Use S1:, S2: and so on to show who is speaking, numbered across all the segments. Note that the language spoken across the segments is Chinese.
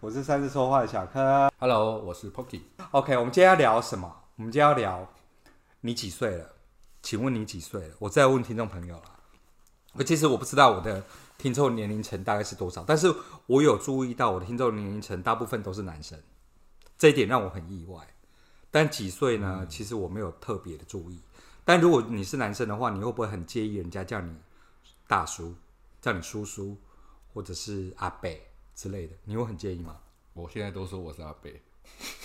S1: 我是三次说话的小柯。
S2: Hello，我是 Pocky。
S1: OK，我们今天要聊什么？我们今天要聊你几岁了？请问你几岁了？我再问听众朋友了。我其实我不知道我的听众年龄层大概是多少，但是我有注意到我的听众年龄层大部分都是男生，这一点让我很意外。但几岁呢？
S2: 嗯
S1: 其实我没有特别的注意。但如果你是男生的话，你会不会很介意人家叫你大叔、叫你叔叔，或者是阿伯之类的？你会很介意吗？
S2: 我现在都说我是阿北，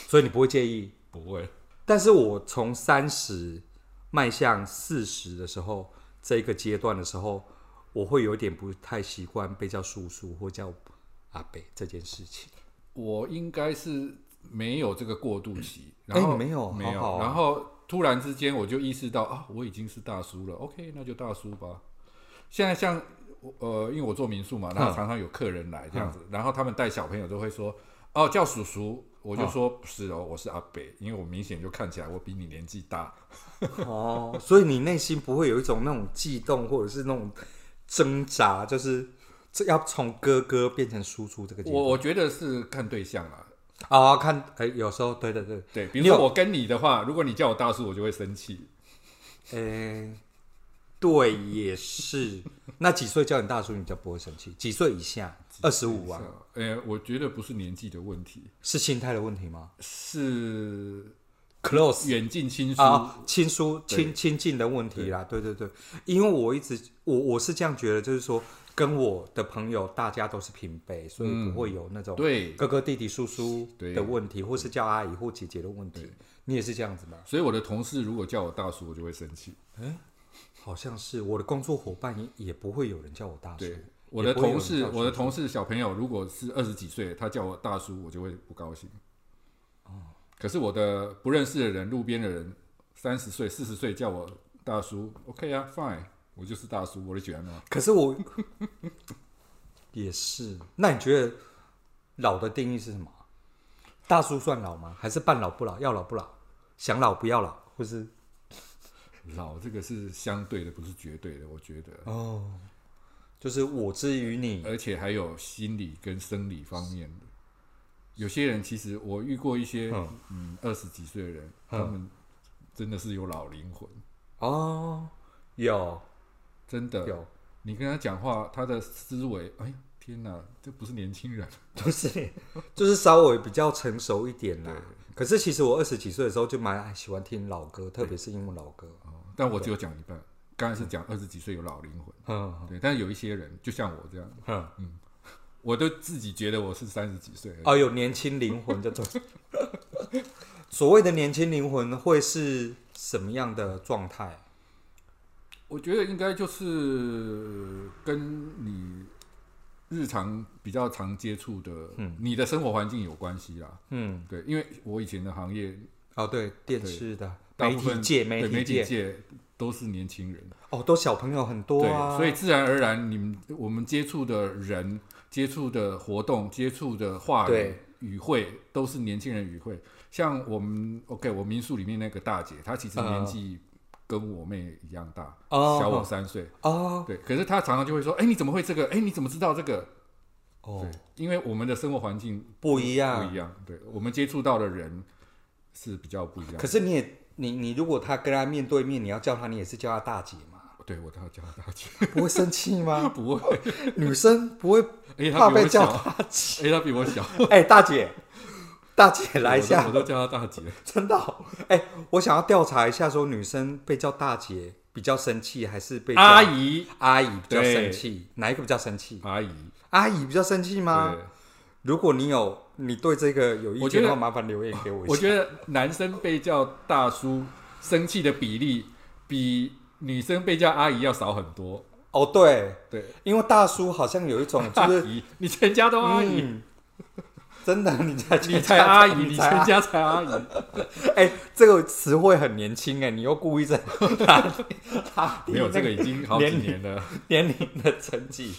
S1: 所以你不会介意
S2: 不会，
S1: 但是我从三十迈向四十的时候，这个阶段的时候，我会有点不太习惯被叫叔叔或叫阿伯这件事情。
S2: 我应该是没有这个过渡期，
S1: 哎
S2: 然后、
S1: 你没有
S2: 没有，
S1: 好好啊
S2: 然后突然之间我就意识到啊，我已经是大叔了，OK，那就大叔吧。现在像我呃，因为我做民宿
S1: 嗯
S2: 嘛，然后常常有客人来这样子，然后他们带小朋友都会说哦叫叔叔，我就说不是哦，我是阿北，因为我明显就看起来我比你年纪大，
S1: 哦，所以你内心不会有一种那种悸动，或者是那种挣扎，就是这要从哥哥变成叔叔这个阶
S2: 我
S1: 段。
S2: 我觉得是看对象啦。
S1: 啊、看，哎、有时候对对对，
S2: 对，比如
S1: 你有
S2: 说我跟你的话，如果你叫我大叔，我就会生气。
S1: 嗯，对，也是。那几岁叫你大叔，你就不会生气？几岁以下？二十五啊，
S2: 呃、我觉得不是年纪的问题，
S1: 是心态的问题吗
S2: 是
S1: ？Close
S2: 远近亲疏。
S1: 啊，亲疏
S2: 对
S1: 亲亲近的问题啦，对对对，因为我一直我我是这样觉得，就是说跟我的朋友大家都是平辈，所以不会有那种
S2: 嗯对，
S1: 哥哥弟弟叔叔
S2: 对
S1: 的问题，或是叫阿姨或姐姐的问题
S2: 对。
S1: 你也是这样子吗？
S2: 所以我的同事如果叫我大叔，我就会生气。
S1: 好像是我的工作伙伴也也不会有人叫我大叔
S2: 对，，我的同事，我的
S1: 同。
S2: 同事小朋友，如果是二十几岁，他叫我大叔，我就会不高兴。可是我的不认识的人，路边的人，三十岁、四十岁叫我大叔，OK 啊，Fine，我就是大叔，我就喜欢他。
S1: 可是我 也是。那你觉得老的定义是什么？大叔算老吗？还是半老不老？要老不老？想老不要老？或是
S2: 老这个是相对的，不是绝对的，我觉得。
S1: 哦，就是我之于你
S2: 而且还有心理跟生理方面的。有些人其实我遇过一些
S1: 嗯
S2: 嗯二十、几岁的人，他们真的是有老灵魂，
S1: 哦，有
S2: 真的。
S1: 有，
S2: 你跟他讲话，他的思维，哎呀，天哪，这不是年轻人。
S1: 就是就是稍微比较成熟一点啦
S2: 对。
S1: 可是其实我二十几岁的时候就蛮喜欢听老歌，特别是英文老歌。
S2: 哦但我只有讲一半，刚才是讲二十几岁有老灵魂，
S1: 嗯
S2: 对。但是有一些人，就像我这样，
S1: 嗯，
S2: 我都自己觉得我是三十几岁而已，
S1: 哦，有年轻灵魂这种。 所谓的年轻灵魂会是什么样的状态？
S2: 我觉得应该就是跟你日常比较常接触的，你的生活环境有关系啦。
S1: 嗯，
S2: 对，因为我以前的行业，
S1: 哦，对，电视的
S2: 大
S1: 媒
S2: 部分
S1: 体界，
S2: 对
S1: 媒
S2: 媒
S1: 体界，
S2: 界都是年轻人，
S1: 哦，都小朋友很多
S2: 对
S1: 啊，，
S2: 所以自然而然，你们我们接触的人、接触的活动、接触的话语
S1: 对
S2: 语汇，都是年轻人语汇。像我们 OK，我民宿里面那个大姐，她其实
S1: 嗯
S2: 年纪跟我妹一样大，
S1: 哦
S2: 小我三岁。
S1: 哦
S2: 对，可是他常常就会说：“哎、你怎么会这个？哎、你怎么知道这个？”
S1: 哦啊
S2: 对，因为我们的生活环境
S1: 不一
S2: 不
S1: 样
S2: 一。样，对我们接触到的人是比较不一样。
S1: 可是你也你你如果他跟他面对面，你要叫他，你也是叫他大姐 嘛，
S2: 对我都要叫他大姐，
S1: 不会生气吗？
S2: 不会，
S1: 女生不会
S2: 哎、
S1: 怕
S2: 他比
S1: 被
S2: 我
S1: 叫
S2: 小，
S1: 大姐？
S2: 哎、他比我小，
S1: 哎，大姐，大姐 来一下
S2: 我都，我都叫他大姐。
S1: 真的哦、哎、我想要调查一下，说女生被叫大姐比较生气，还是被叫
S2: 阿姨，
S1: 阿姨比较
S2: 对
S1: 生气？哪一个比较生气？
S2: 阿姨，
S1: 阿姨比较生气吗？
S2: 对，
S1: 如果你有你对这个有意
S2: 我
S1: 见
S2: 觉
S1: 的
S2: 得
S1: 话，麻烦留言给我一
S2: 我
S1: 下。
S2: 觉得男生被叫大叔生气的比例比女生被叫阿姨要少很多。
S1: 哦，对，
S2: 对，
S1: 因为大叔好像有一种就
S2: 阿
S1: 是
S2: 姨，你全家都阿姨，
S1: 嗯真的，你才
S2: 你才阿姨，
S1: 你
S2: 你
S1: 才
S2: 全
S1: 阿
S2: 家才阿姨。
S1: 哎、这个词汇很年轻哎，你又故意在拉拉低
S2: 没有
S1: 那
S2: 这个已经好几
S1: 年龄
S2: 年了。
S1: 年龄的成绩。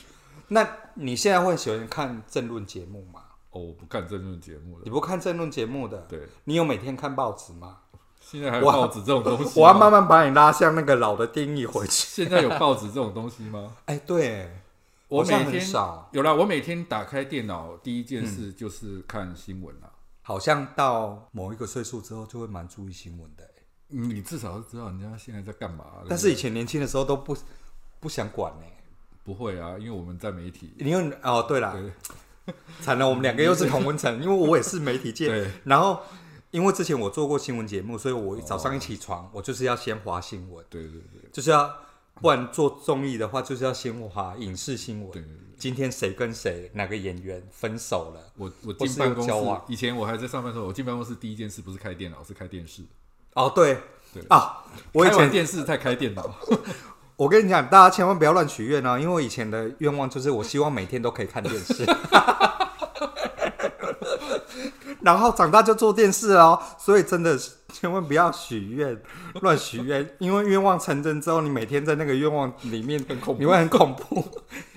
S1: 那你现在会喜欢看政论节目吗？
S2: 哦，我不看政论节目了。
S1: 你不看政论节目的，
S2: 对，
S1: 你有每天看报纸吗？
S2: 现在还有
S1: 我
S2: 报纸这种东西吗？
S1: 我要慢慢把你拉向那个老的定义回去。
S2: 现在有报纸这种东西吗？
S1: 哎，对，
S2: 我
S1: 好像
S2: 每
S1: 很
S2: 天
S1: 少，嗯
S2: 有啦，我每天打开电脑第一件事就是看新闻啦。
S1: 好像到某一个岁数之后就会蛮注意新闻的欸、
S2: 你至少知道人家现在在干嘛。对不对
S1: 但是以前年轻的时候都不不想管呢、
S2: 不会啊，因为我们在媒体，
S1: 因为哦，对啦，
S2: 对
S1: 惨了，我们两个又是同温 层，因为我也是媒体界，
S2: 对，
S1: 然后因为之前我做过新闻节目，所以我早
S2: 哦
S1: 上一起床，我就是要先划新闻，
S2: 对对对
S1: 就是要不然做综艺的话，就是要先划影视新闻。
S2: 对对。
S1: 今天谁跟谁哪个演员分手了？
S2: 我我
S1: 或
S2: 进
S1: 是
S2: 办
S1: 有
S2: 公
S1: 交往
S2: 室，以前我还在上班的时候，我进办公室第一件事不是开电脑，是开电视。
S1: 哦，对
S2: 对
S1: 啊，我以
S2: 开完
S1: 前
S2: 电视再开电脑。
S1: 我跟你讲，大家千万不要乱许愿哦，因为我以前的愿望就是我希望每天都可以看电视，然后长大就做电视了哦，所以真的是千万不要许愿，乱许愿，因为愿望成真之后，你每天在那个愿望里面
S2: 很恐怖
S1: 你会很恐怖，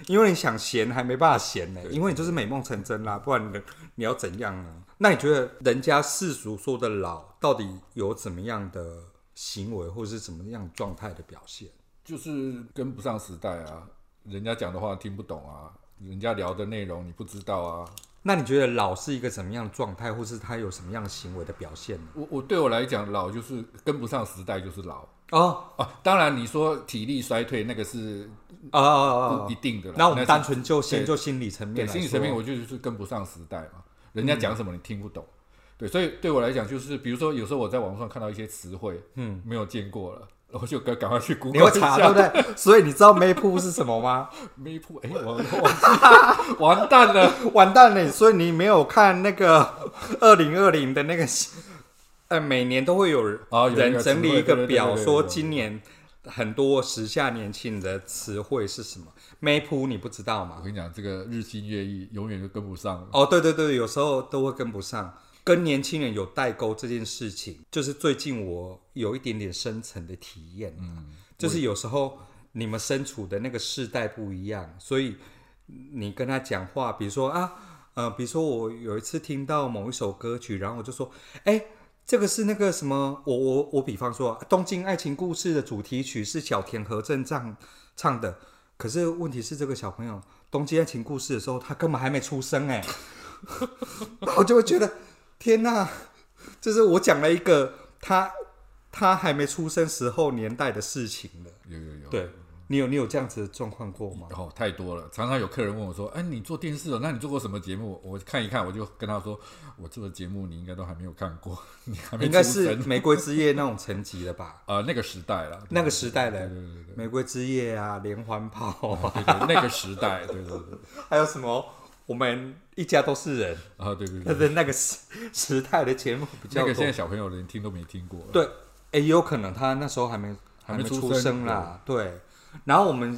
S1: 因为你想闲还没办法闲呢，因为你就是美梦成真啦，不然你你要怎样呢？那你觉得人家世俗说的老到底有怎么样的行为或是什么样状态的表现？
S2: 就是跟不上时代啊，人家讲的话听不懂啊，人家聊的内容你不知道啊。
S1: 那你觉得老是一个什么样的状态，或是他有什么样的行为的表现呢？
S2: 我我对我来讲，老就是跟不上时代就是老
S1: 哦
S2: 啊。当然你说体力衰退那个是
S1: 哦
S2: 不
S1: 哦
S2: 一定的啦，
S1: 那我们
S2: 是
S1: 单纯就先
S2: 嗯对
S1: 就心理层面
S2: 对
S1: 来
S2: 心理层面，
S1: 说，嗯
S2: 我觉得就是跟不上时代嘛，人家讲什么你听不懂。对，所以对我来讲，就是比如说有时候我在网上看到一些词汇，嗯，没有见过了，我就赶赶快去 Google
S1: 你会
S2: 一
S1: 查
S2: 下
S1: 对 不对？所以你知道 Maple 是什么吗？
S2: 没谱，哎、我我忘记完蛋了。
S1: 完蛋了！所以你没有看那个 二零二零的那个，呃，每年都会有人
S2: 哦有一个
S1: 人整理一
S2: 词汇对对对
S1: 个表，
S2: 对对对
S1: 说
S2: 对
S1: 今年很多时下年轻人的词汇是什么？Maple 你不知道吗
S2: 我？跟你讲，这个日新月异，永远就跟不上。
S1: 哦，对对对，有时候都会跟不上。跟年轻人有代沟这件事情，就是最近我有一点点深层的体验、嗯，就是有时候你们身处的那个世代不一样，所以你跟他讲话，比如说啊，呃，比如说我有一次听到某一首歌曲，然后我就说，哎、这个是那个什么，我我我，比方说《东京爱情故事》的主题曲是小田和正唱唱的，可是问题是这个小朋友《东京爱情故事》的时候，他根本还没出生哎、 然后我就会觉得天哪、就是我讲了一个他他还没出生时候年代的事情了。
S2: 有有有，
S1: 对你有你有这样子的状况过吗？
S2: 哦，太多了。常常有客人问我说：“哎，你做电视了？那你做过什么节目？”我看一看，我就跟他说：“我做的节目你应该都还没有看过， 你还没
S1: 应该
S2: 出
S1: 是
S2: 生
S1: 《玫瑰之夜》那种层级的吧
S2: ，呃那个时代了，
S1: 那个时代
S2: 对
S1: 的
S2: 对对
S1: 《玫瑰之夜》啊，连环炮啊，
S2: 对对对，那个时代，对对对，
S1: 还有什么？我们一家都是人，
S2: 啊对对
S1: 那
S2: 对，
S1: 的那个时时代的节目比较
S2: 那个
S1: 多
S2: 现。在小朋友连听都没听过。
S1: 对，哎、也有可能他那时候还没
S2: 还
S1: 没
S2: 没出
S1: 出
S2: 生
S1: 生啦。对，然后我们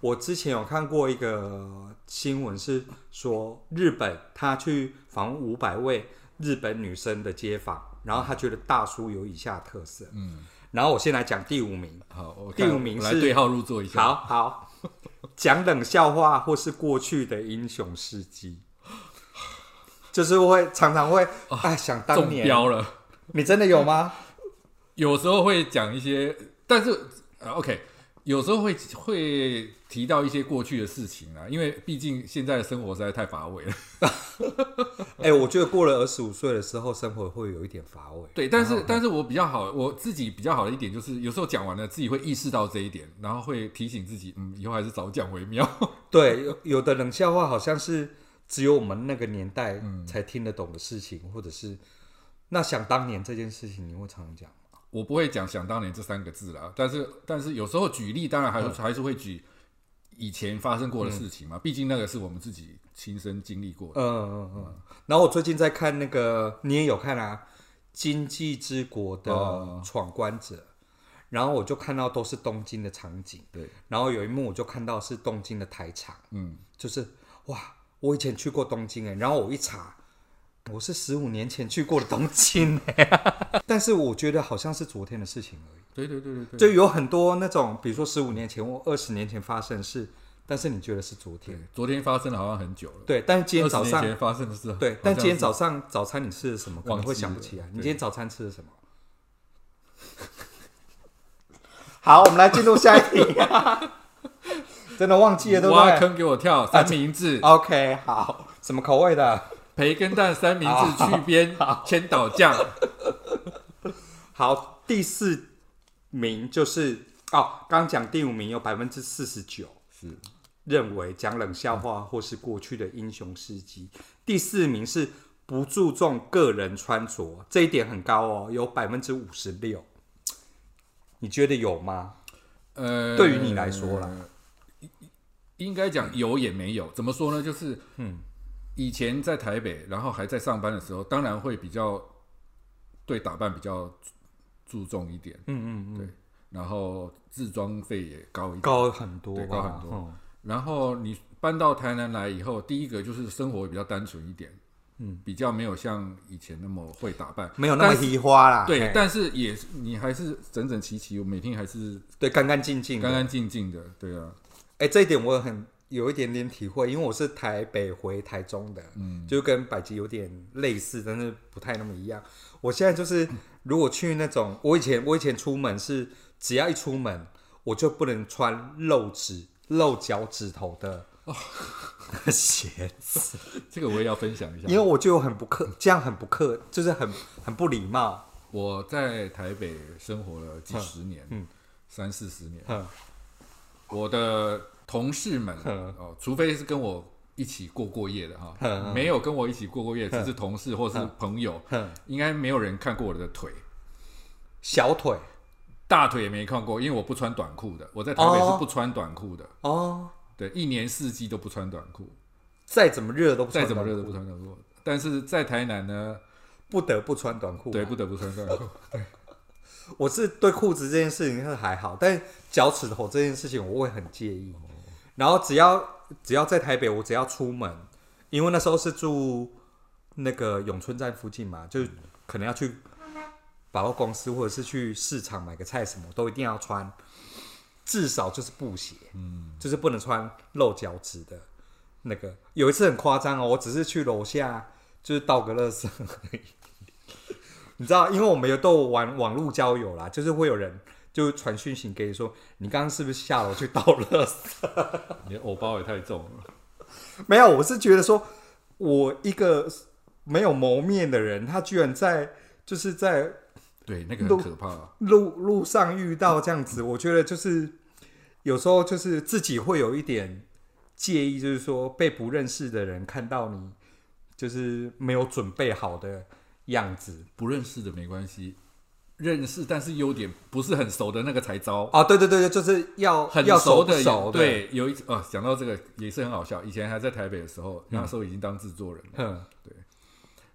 S1: 我之前有看过一个新闻，是说日本他去访问五百位日本女生的街访，然后他觉得大叔有以下特色。
S2: 嗯，
S1: 然后我先来讲第五名，
S2: 好，我
S1: 第
S2: 看
S1: 五名
S2: 我来
S1: 是
S2: 对号入座一下。
S1: 好好 讲冷笑话或是过去的英雄事迹。就是会常常会哎，想当
S2: 哦中
S1: 年，
S2: 标了。
S1: 你真的有吗？
S2: 有时候会讲一些，但是呃，OK，有时候会会提到一些过去的事情啊，因为毕竟现在的生活实在太乏味了。
S1: 哎、我觉得过了二十五岁的时候，生活会有一点乏味。
S2: 对，但是但是我比较好，我自己比较好的一点就是，有时候讲完了自己会意识到这一点，然后会提醒自己，嗯，以后还是少讲为妙。
S1: 对，有有的冷笑话好像是只有我们那个年代
S2: 嗯
S1: 才听得懂的事情，或者是那想当年这件事情，你会常常讲吗。
S2: 我不会讲“想当年”这三个字啦，但是但是有时候举例，当然还
S1: 嗯
S2: 是、还是会举以前发生过的事情嘛，毕竟那个是我们自己亲身经历过的。
S1: 嗯嗯嗯。然后我最近在看那个，你也有看啊，《经济之国》的
S2: 哦
S1: 《闯关者》然后我就看到都是东京的场景，
S2: 对，
S1: 然后有一幕我就看到是东京的台场。
S2: 嗯，
S1: 就是哇，我以前去过东京哎，然后我一查，我是十五年前去过的东京哎， 但是我觉得好像是昨天的事情而已。
S2: 对对对对对。
S1: 就有很多那种，比如说十五年前或二十年前发生的事，但是你觉得是昨
S2: 对
S1: 天，，
S2: 昨天发生的好像很久了。
S1: 对，但是今天
S2: 20
S1: 早
S2: 年
S1: 上，
S2: 前发生的事。
S1: 对，但今天
S2: 好像
S1: 早上早餐你吃的什么，可能会想不起来。
S2: 忘记了
S1: 你今天早餐吃的什么？ 好，我们来进入下一题。 真的忘记了，对啊不
S2: 挖
S1: 对
S2: 坑给我跳三明治，
S1: ？OK，好，什么口味的？
S2: 培根蛋三明
S1: 啊
S2: 治去边千岛酱，
S1: 好，第四名就是哦，刚讲第五名有百分之四十九
S2: 是
S1: 认为讲冷笑话或是过去的英雄事迹，第四名是不注重个人穿着，这一点很高哦，有百分之五十六。你觉得有吗？
S2: 呃，
S1: 对于你来说啦，
S2: 应该讲有也没有，怎么说呢？就是嗯，以前在台北，然后还在上班的时候，当然会比较对打扮比较注重一点，
S1: 嗯嗯，
S2: 对，然后自装费也高一点，
S1: 高很多吧，
S2: 对高很多
S1: 嗯
S2: 然后你搬到台南来以后，第一个就是生活比较单纯一点，嗯，比较没有像以前那么会打扮，
S1: 没有那么哎
S2: 但是
S1: 提花啦。
S2: 对，
S1: 嘿
S2: 但是也是你还是整整齐齐，我每天还是
S1: 对，干干净净的，
S2: 干干净净的，对啊，
S1: 哎、这一点我很有一点点体会，因为我是台北回台中的，嗯，就跟百吉有点类似，但是不太那么一样。我现在就是，如果去那种，我以前我以前出门是，只要一出门，我就不能穿露趾、露脚趾头的
S2: 哦
S1: 鞋 子，
S2: 这个我也要分享一下，
S1: 因为我就很不客，这样很不客，就是很很不礼貌。
S2: 我在台北生活了几十年，嗯，三四十年，
S1: 嗯
S2: 我的同事们
S1: 嗯
S2: 哦，除非是跟我一起过过夜的哈，
S1: 嗯
S2: 没有跟我一起过过夜，只是同事或是朋友，
S1: 哼，
S2: 应该没有人看过我的腿，
S1: 小腿
S2: 大腿也没看过，因为我不穿短裤的，我在台北是不穿短裤的，
S1: 哦，
S2: 对，一年四季都不穿短裤，
S1: 再怎么热都不穿
S2: 再怎么
S1: 短
S2: 热
S1: 裤
S2: 都不穿短裤。但是在台南呢，
S1: 不得不穿短裤啊、
S2: 对，不得不穿短裤。
S1: 我是对裤子这件事情是还好，但脚趾头这件事情我会很介意。然后只要只要在台北，我只要出门，因为那时候是住那个永春站附近嘛，就可能要去百货公司或者是去市场买个菜什么，都一定要穿，至少就是布鞋，嗯，就是不能穿露脚趾的。那个有一次很夸张哦，我只是去楼下就是倒个垃圾而已，你知道，因为我们有都有玩网络交友啦，就是会有人就传讯息给你说，你刚刚是不是下楼去倒垃圾？
S2: 你的偶包也太重了，
S1: 没有，我是觉得说，我一个没有谋面的人，他居然在就是在
S2: 对，那个很
S1: 都
S2: 可怕、啊
S1: 路路上遇到这样子，我觉得就是有时候就是自己会有一点介意，就是说被不认识的人看到你就是没有准备好的样子
S2: 不认识的没关系，认识但是优点不是很熟的那个才糟。
S1: 啊！对对对对，就是要
S2: 很
S1: 要
S2: 熟
S1: 的
S2: 的
S1: 熟的，
S2: 对，有一次哦，讲到这个也是很好笑。以前还在台北的时候，那时候已经当制作人了。
S1: 哼，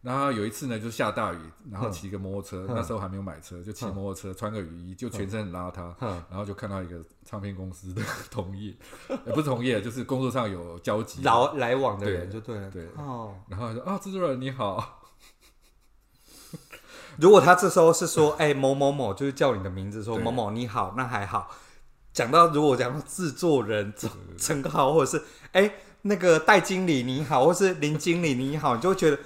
S2: 然后有一次呢，就下大雨，然后骑个摩托车，
S1: 嗯
S2: 那时候还没有买车，就骑摩托车，穿个雨衣，就全身很邋遢。
S1: 嗯
S2: 然后就看到一个唱片公司的同业， 呃不是同业，就是工作上有交集。
S1: 来来往的
S2: 对
S1: 人就对了，
S2: 对
S1: 哦。
S2: 然后就啊，制作人你好，
S1: 如果他这时候是说，哎、某某某，就是叫你的名字，说
S2: 对
S1: 某某你好，那还好。讲到如果讲到制作人称称号，或者是哎、那个戴经理你好，或是林经理你好，你就会觉得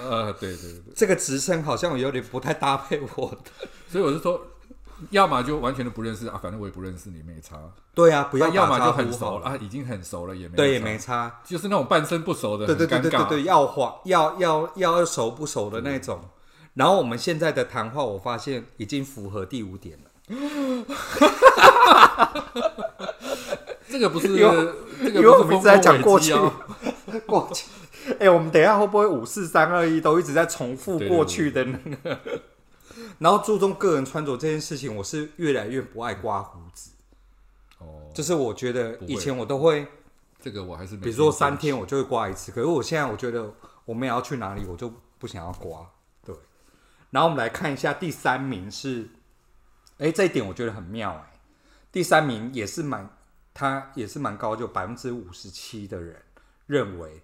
S2: 呃，对对对对，
S1: 这个职称好像有点不太搭配我的。
S2: 所以我就说，要么就完全都不认识啊，反正我也不认识你，没差。
S1: 对啊，不要
S2: 那要
S1: 打
S2: 么
S1: 招
S2: 就
S1: 呼
S2: 很熟
S1: 好
S2: 了，啊，已经很熟了，也没
S1: 对，也
S2: 差
S1: 没差。
S2: 就是那种半生不熟的，
S1: 对对对
S2: 很
S1: 对
S2: 尴
S1: 对
S2: 尬。
S1: 对，要谎要要要熟不熟的那种。然后我们现在的谈话，我发现已经符合第五点了。
S2: 这个不是，
S1: 因为
S2: 这个
S1: 因为我
S2: 不
S1: 们
S2: 是
S1: 一直在
S2: 丰
S1: 讲过
S2: 功伟绩
S1: 去
S2: 哦，
S1: 过去，哎、我们等一下会不会五四三二一都一直在重复
S2: 对对
S1: 过去的那个？ 然后注重个人穿着这件事情，我是越来越不爱刮胡子。
S2: 哦，
S1: 就是我觉得
S2: 不会
S1: 以前我都会，
S2: 这个我还是没
S1: 比如说
S2: 听过
S1: 三天我就会刮一次，可是我现在我觉得我们也要去哪里，我就不想要刮。对，然后我们来看一下第三名是，哎、这一点我觉得很妙哎、第三名也是蛮，他也是蛮高，就百分之五十七的人认为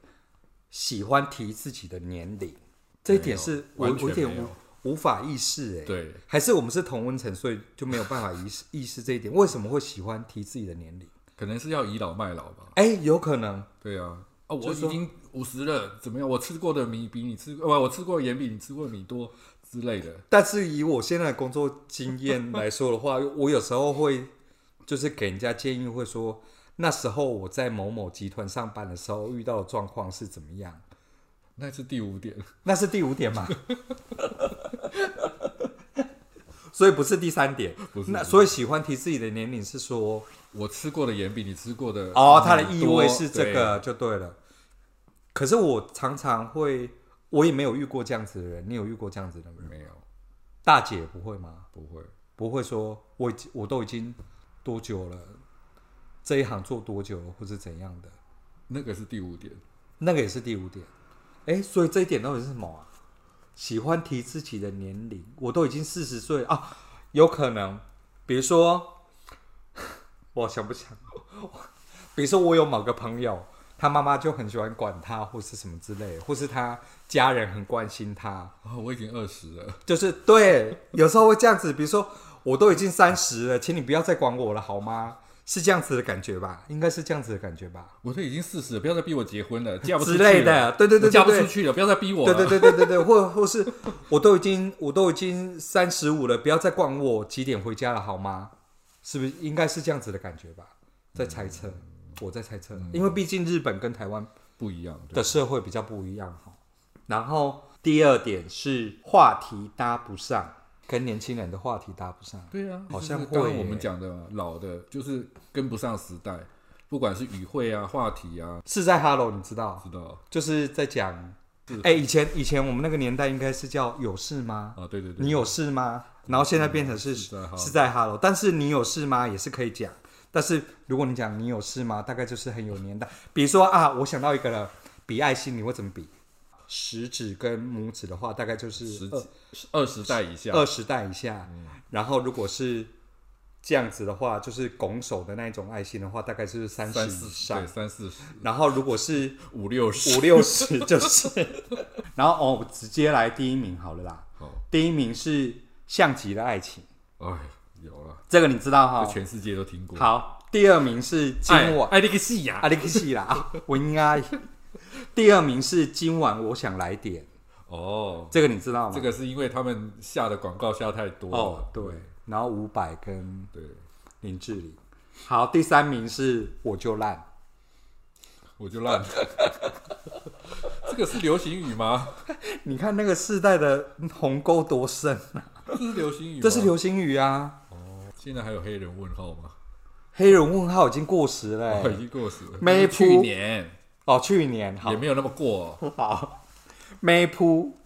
S1: 喜欢提自己的年龄，这一点是我
S2: 完全
S1: 我有点
S2: 没有
S1: 无无法意识哎、
S2: 对，
S1: 还是我们是同温层，所以就没有办法意识意识这一点，为什么会喜欢提自己的年龄？
S2: 可能是要倚老卖老吧。
S1: 哎、有可能。
S2: 对啊，哦，我
S1: 就是
S2: 已
S1: 说
S2: 经五十了，怎么样？我吃过的米比你吃，呃，我吃过的盐比你吃过的米多之类的。
S1: 但是以我现在的工 作经验来说的话，我有时候会就是给人家建议，会说那时候我在某某集团上班的时候遇到的状况是怎么样？
S2: 那是第五点，
S1: 那是第五点嘛， 所以不是第三点。
S2: 不是
S1: 那
S2: 不是
S1: 所以喜欢提自己的年龄是说，
S2: 我吃过的盐比你吃过的
S1: 哦，它的
S2: 呃很
S1: 意
S2: 多
S1: 味是这
S2: 对
S1: 个就对了。可是我常常会，我也没有遇过这样子的人，你有遇过这样子的人吗？
S2: 没有
S1: 大姐不会吗？
S2: 不会，
S1: 不会说我已经我都已经多久了，这一行做多久了，或是怎样的？
S2: 那个是第五点。
S1: 那个也是第五点。哎，所以这一点到底是什么啊？喜欢提自己的年龄，我都已经四十岁了啊，有可能，比如说， 我想不想？比如说我有某个朋友，他妈妈就很喜欢管他，或是什么之类的，或是他家人很关心他，
S2: 哦，我已经二十了，
S1: 就是对，有时候会这样子，比如说我都已经三十了，请你不要再管我了好吗？是这样子的感觉吧？应该是这样子的感觉吧？
S2: 我都已经四十了，不要再逼我结婚了，嫁不出
S1: 之
S2: 去
S1: 类
S2: 了
S1: 的，对对对
S2: 我嫁
S1: 对
S2: 不
S1: 对
S2: 出，去了，不要再逼我了。
S1: 对对对对对对，或或是我都已经我都已经三十五了，不要再管我几点回家了好吗？是不是应该是这样子的感觉吧？在猜测，我在猜
S2: 嗯
S1: 测，因为毕竟日本跟台湾
S2: 不一样。对
S1: 的社会比较不一样哈。然后第二点是话题搭不上，跟年轻人的话题搭不上。
S2: 对啊，
S1: 好
S2: 就是
S1: 像
S2: 刚
S1: 会
S2: 刚我
S1: 耶
S2: 们讲的嘛老的，就是跟不上时代，不管是语汇啊、话题啊，
S1: 是在 Hello，你知道，
S2: 知道
S1: 就是在讲
S2: 是，
S1: 哎、以前以前我们那个年代应该是叫有事吗？
S2: 啊？对对对，
S1: 你有事吗？然后现在变成是
S2: 嗯是在 hello
S1: 是在 Hello，但是你有事吗也是可以讲，但是如果你讲你有事吗，大概就是很有年代。比如说啊，我想到一个了，比爱心你会怎么比？食指跟拇指的话，大概就是
S2: 十
S1: 二
S2: 几二十代以下，
S1: 二十代以下，
S2: 嗯
S1: 然后如果是这样子的话，就是拱手的那一种爱心的话，大概就是三十
S2: 三
S1: 以
S2: 四
S1: 上
S2: 对，。三四十
S1: 然后如果是
S2: 五六十，
S1: 五六十，就是， 然后哦，我直接来第一名好了啦。
S2: 好，
S1: 第一名是像极了爱情，
S2: 哎，有了，
S1: 这个你知道
S2: 这
S1: 哈。
S2: 全世界都听过。
S1: 好，第二名是今
S2: 哎
S1: 晚，
S2: 哎，那个戏呀，
S1: 阿力克西啦，啊我应该。第二名是今晚我想来点，
S2: 哦，
S1: 这个你知道吗？
S2: 这个是因为他们下的广告下太多了。
S1: 哦，对，然后伍佰跟
S2: 对，
S1: 林志玲。好，第三名是我就烂，
S2: 我就 烂了。这个是流行语吗？
S1: 你看那个世代的鸿沟多深，啊
S2: 这是流行语吗，
S1: 这是流行语啊。
S2: 现在还有黑人问号吗？
S1: 黑人问号已经过时了、
S2: 哦，已
S1: 欸。
S2: 经过 时了。
S1: 妹夫
S2: 去年
S1: 哦，去年好
S2: 也没有那么过。
S1: 好，妹扑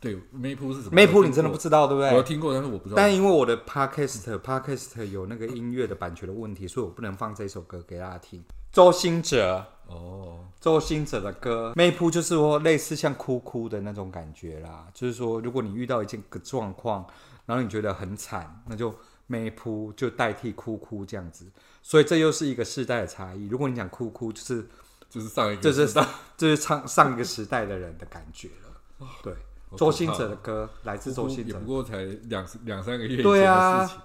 S2: 对，妹夫是什么？
S1: 妹扑，你真的不知道对不
S2: 我有
S1: 对？
S2: 听过，但是我不知道。
S1: 但因为我的 podcast podcast 有那个音乐的版权的问题，所以我不能放这首歌给大家听。周兴哲，
S2: 哦，
S1: 周兴哲的歌，妹扑就是说类似像哭哭的那种感觉啦，就是说如果你遇到一件个状况，然后你觉得很惨，那就妹扑就代替哭哭这样子，所以这又是一个世代的差异。如果你讲哭哭，就是
S2: 就是上一个，
S1: 这是上 这是上上一个时代的人的感觉了。对，
S2: 好可怕哦
S1: 周兴哲的歌来自周兴
S2: 也
S1: 哲
S2: 不，过才两两三个月以前
S1: 对
S2: 的
S1: 啊
S2: 事情。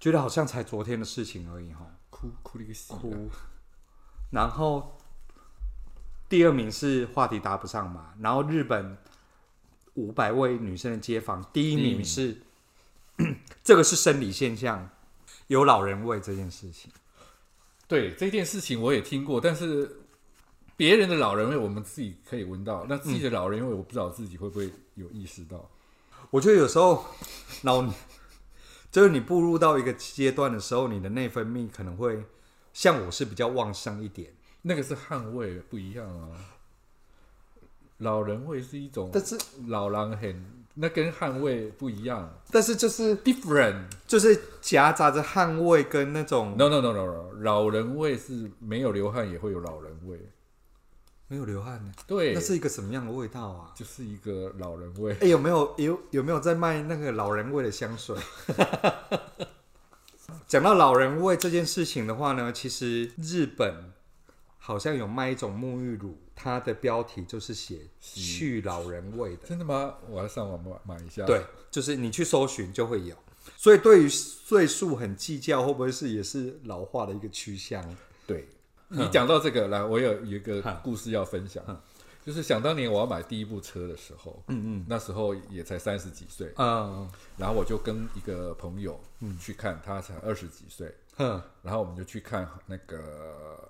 S1: 觉得好像才昨天的事情而已哈。
S2: 哭哭了一个戏啊。
S1: 哭，然后第二名是话题答不上嘛，然后日本五百位女生的街访，第一
S2: 第一
S1: 名
S2: 名
S1: 是 这个是生理现象，有老人味这件事情。
S2: 对这件事情我也听过，但是别人的老人味我们自己可以闻到，那自己的老人味我不知道自己会不会有意识到。
S1: 我觉得有时候老，就是你步入到一个阶段的时候，你的内分泌可能会像我是比较旺盛一点，
S2: 那个是汗味不一样啊，老人味是一种，
S1: 但是
S2: 老狼很那跟汗味不一样
S1: 但是就是
S2: ，different。
S1: 就是夹杂着汗味跟那种
S2: No no no no no，老人味是没有流汗也会有老人味，
S1: 没有流汗呢，
S2: 对，
S1: 那是一个什么样的味道啊？
S2: 就是一个老人味。
S1: 哎、有没有有有没有在卖那个老人味的香水？ 讲到老人味这件事情的话呢，其实日本好像有卖一种沐浴乳，它的标题就是写去老人味的。
S2: 真的吗？我要上网买买一下。
S1: 对，，就是你去搜寻就会有。所以对于岁数很计较，会不会是也是老化的一个趋向？
S2: 对，
S1: 嗯
S2: 你讲到这个来，我有有一个故事要分享，就是想当年我要买第一部车的时候，嗯嗯，那时候也才三十几岁，
S1: 嗯，
S2: 然后我就跟一个朋友去看，他才二十几岁，
S1: 哼，
S2: 然后我们就去看那个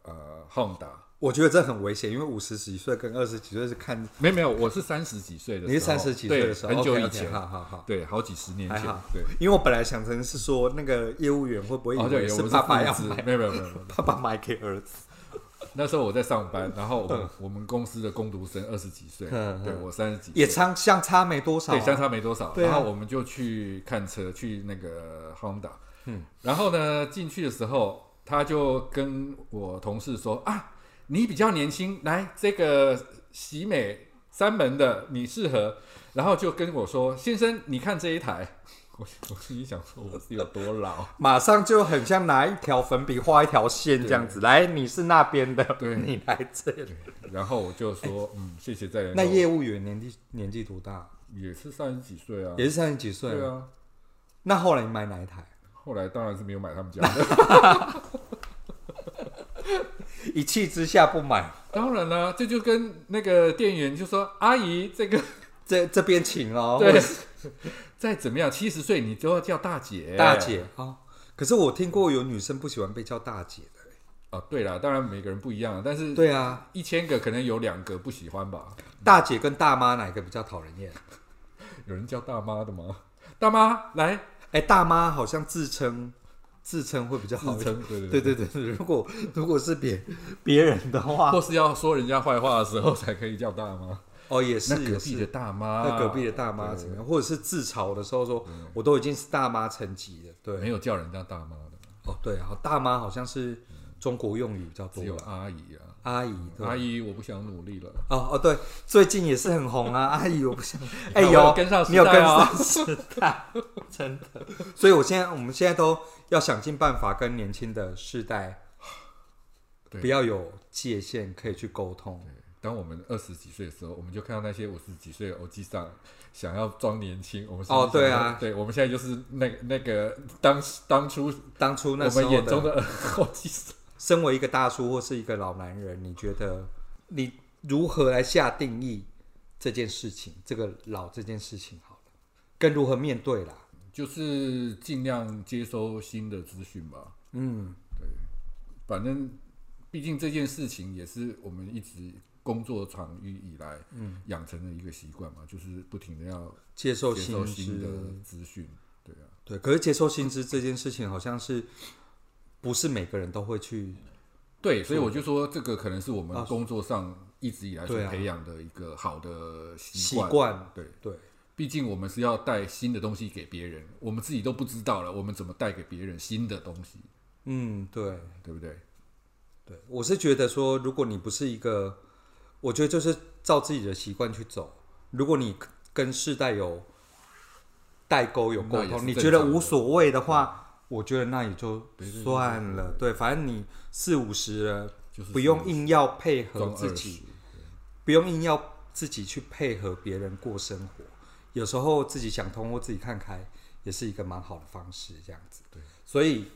S2: 呃 Honda，
S1: 我觉得这很危险，因为五十几岁跟二十几岁是看
S2: 没有没有，我是三十几岁的时候，
S1: 你是三十几岁的时候，
S2: 对很久
S1: OK，OK，
S2: 以前，
S1: 好好好，
S2: 对，好几十年
S1: 还
S2: 前
S1: 好，
S2: 对，
S1: 因为我本来想成是说那个业务员会不会以
S2: 哦对，
S1: 为
S2: 我
S1: 是
S2: 们
S1: 爸爸要
S2: 父子
S1: 买，
S2: 没有没有没有，没 有
S1: 爸爸买给儿子，
S2: 那时候我在上班，然后我们我们公司的工读生二十几岁，
S1: 嗯
S2: 对我三十几岁，
S1: 也差相差没多少啊，
S2: 对，相差没多少。
S1: 对啊
S2: 然后我们就去看车，去那个 Honda。嗯，然后呢，进去的时候，他就跟我同事说：“啊，你比较年轻，来这个喜美三门的你适合。”然后就跟我说：“先生，你看这一台。”我我心里想说，我是有多老？
S1: 马上就很像拿一条粉笔画一条线这样子。来，你是那边的，
S2: 对
S1: 你来这里。
S2: 然后我就说：“嗯，谢谢再联络。”
S1: 那业务员年纪年纪多大？
S2: 也是三十几岁啊
S1: 也，是三十几岁。
S2: 对啊。
S1: 那后来你买哪一台？
S2: 后来当然是没有买他们家的，
S1: 一气之下不买，
S2: 当然啦，这就跟那个店员就说：“阿姨，这个
S1: 这这边请哦。
S2: 对， 再怎么样，七十岁你都要叫大姐，
S1: 大姐啊、哦可是我听过有女生不喜欢被叫大姐的。
S2: 啊。对啦，当然每个人不一样，但是
S1: 对啊，
S2: 一千个可能有两个不喜欢吧。
S1: 大姐跟大妈哪一个比较讨人厌？
S2: 有人叫大妈的吗？大妈来
S1: 哎，大妈好像自称自称会比较好
S2: 自
S1: 一点。
S2: 称，对对
S1: 对对对，对如果如果是别别人的话，
S2: 或是要说人家坏话的时候才可以叫大妈。
S1: 哦也是
S2: 那隔
S1: 也是
S2: 壁
S1: 啊
S2: 的大妈，
S1: 那隔壁的大妈
S2: 对
S1: 怎么样，或者是自嘲的时候说，我都已经是大妈层级了。
S2: 没
S1: 对，
S2: 有叫人家大妈的，
S1: 哦对，然后大妈好像是中国用语比较多
S2: 只有
S1: 吧，
S2: 阿姨啊。
S1: 阿姨对。
S2: 阿姨，我不想努力了。
S1: 哦哦，对，最近也是很红啊，阿姨，我不 想，哎、
S2: 我
S1: 有
S2: 有跟上时
S1: 你有跟
S2: 代哦
S1: 上时代，真的。所以我现在，我们现在都要想尽办法跟年轻的世代，
S2: 对
S1: 不要有界限，可以去沟通。
S2: 当我们二十几岁的时候，我们就看到那些五十几岁的欧吉桑想要装年轻。我们是不是
S1: 哦对
S2: 想
S1: 啊
S2: 要对，我们现在就是那那个当当初
S1: 当初那
S2: 我
S1: 时
S2: 们
S1: 候
S2: 眼中
S1: 的，
S2: 的欧吉桑。
S1: 身为一个大叔或是一个老男人，你觉得你如何来下定义这件事情？这个老这件事情，好了，跟如何面对啦？
S2: 就是尽量接收新的资讯吧。
S1: 嗯，
S2: 反正，毕竟这件事情也是我们一直工作场域以来养成的一个习惯嘛，就是不停的要
S1: 嗯接受
S2: 接
S1: 新
S2: 收
S1: 知
S2: 新的资讯。对啊，
S1: 对，可是接受薪资这件事情，好像是不是每个人都会去？
S2: 对，所以我就说，这个可能是我
S1: 啊
S2: 们工作上一直以来所
S1: 对啊
S2: 培养的一个好的习
S1: 习惯
S2: 对，
S1: 对，
S2: 毕竟我们是要带新的东西给别人，我们自己都不知道了，我们怎么带给别人新的东西，
S1: 嗯，对，
S2: 对不对？
S1: 对，我是觉得说，如果你不是一个，我觉得就是照自己的习惯去走。如果你跟世代有代沟、有沟
S2: 那也是
S1: 通，你
S2: 正
S1: 觉得
S2: 常的
S1: 无所谓的话，我觉得那也就
S2: 对对对
S1: 算了。对，反正你四五十了，
S2: 就是
S1: 不用硬要配合
S2: 装
S1: 自
S2: 二
S1: 己
S2: 十。
S1: 不用硬要自己去配合别人过生活，有时候自己想通或自己看开，也是一个蛮好的方式。这样子，
S2: 对，
S1: 所以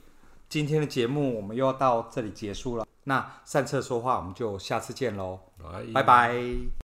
S1: 今天的节目我们又要到这里结束了。那上车说话，我们就下次见喽，
S2: 来，
S1: 拜拜。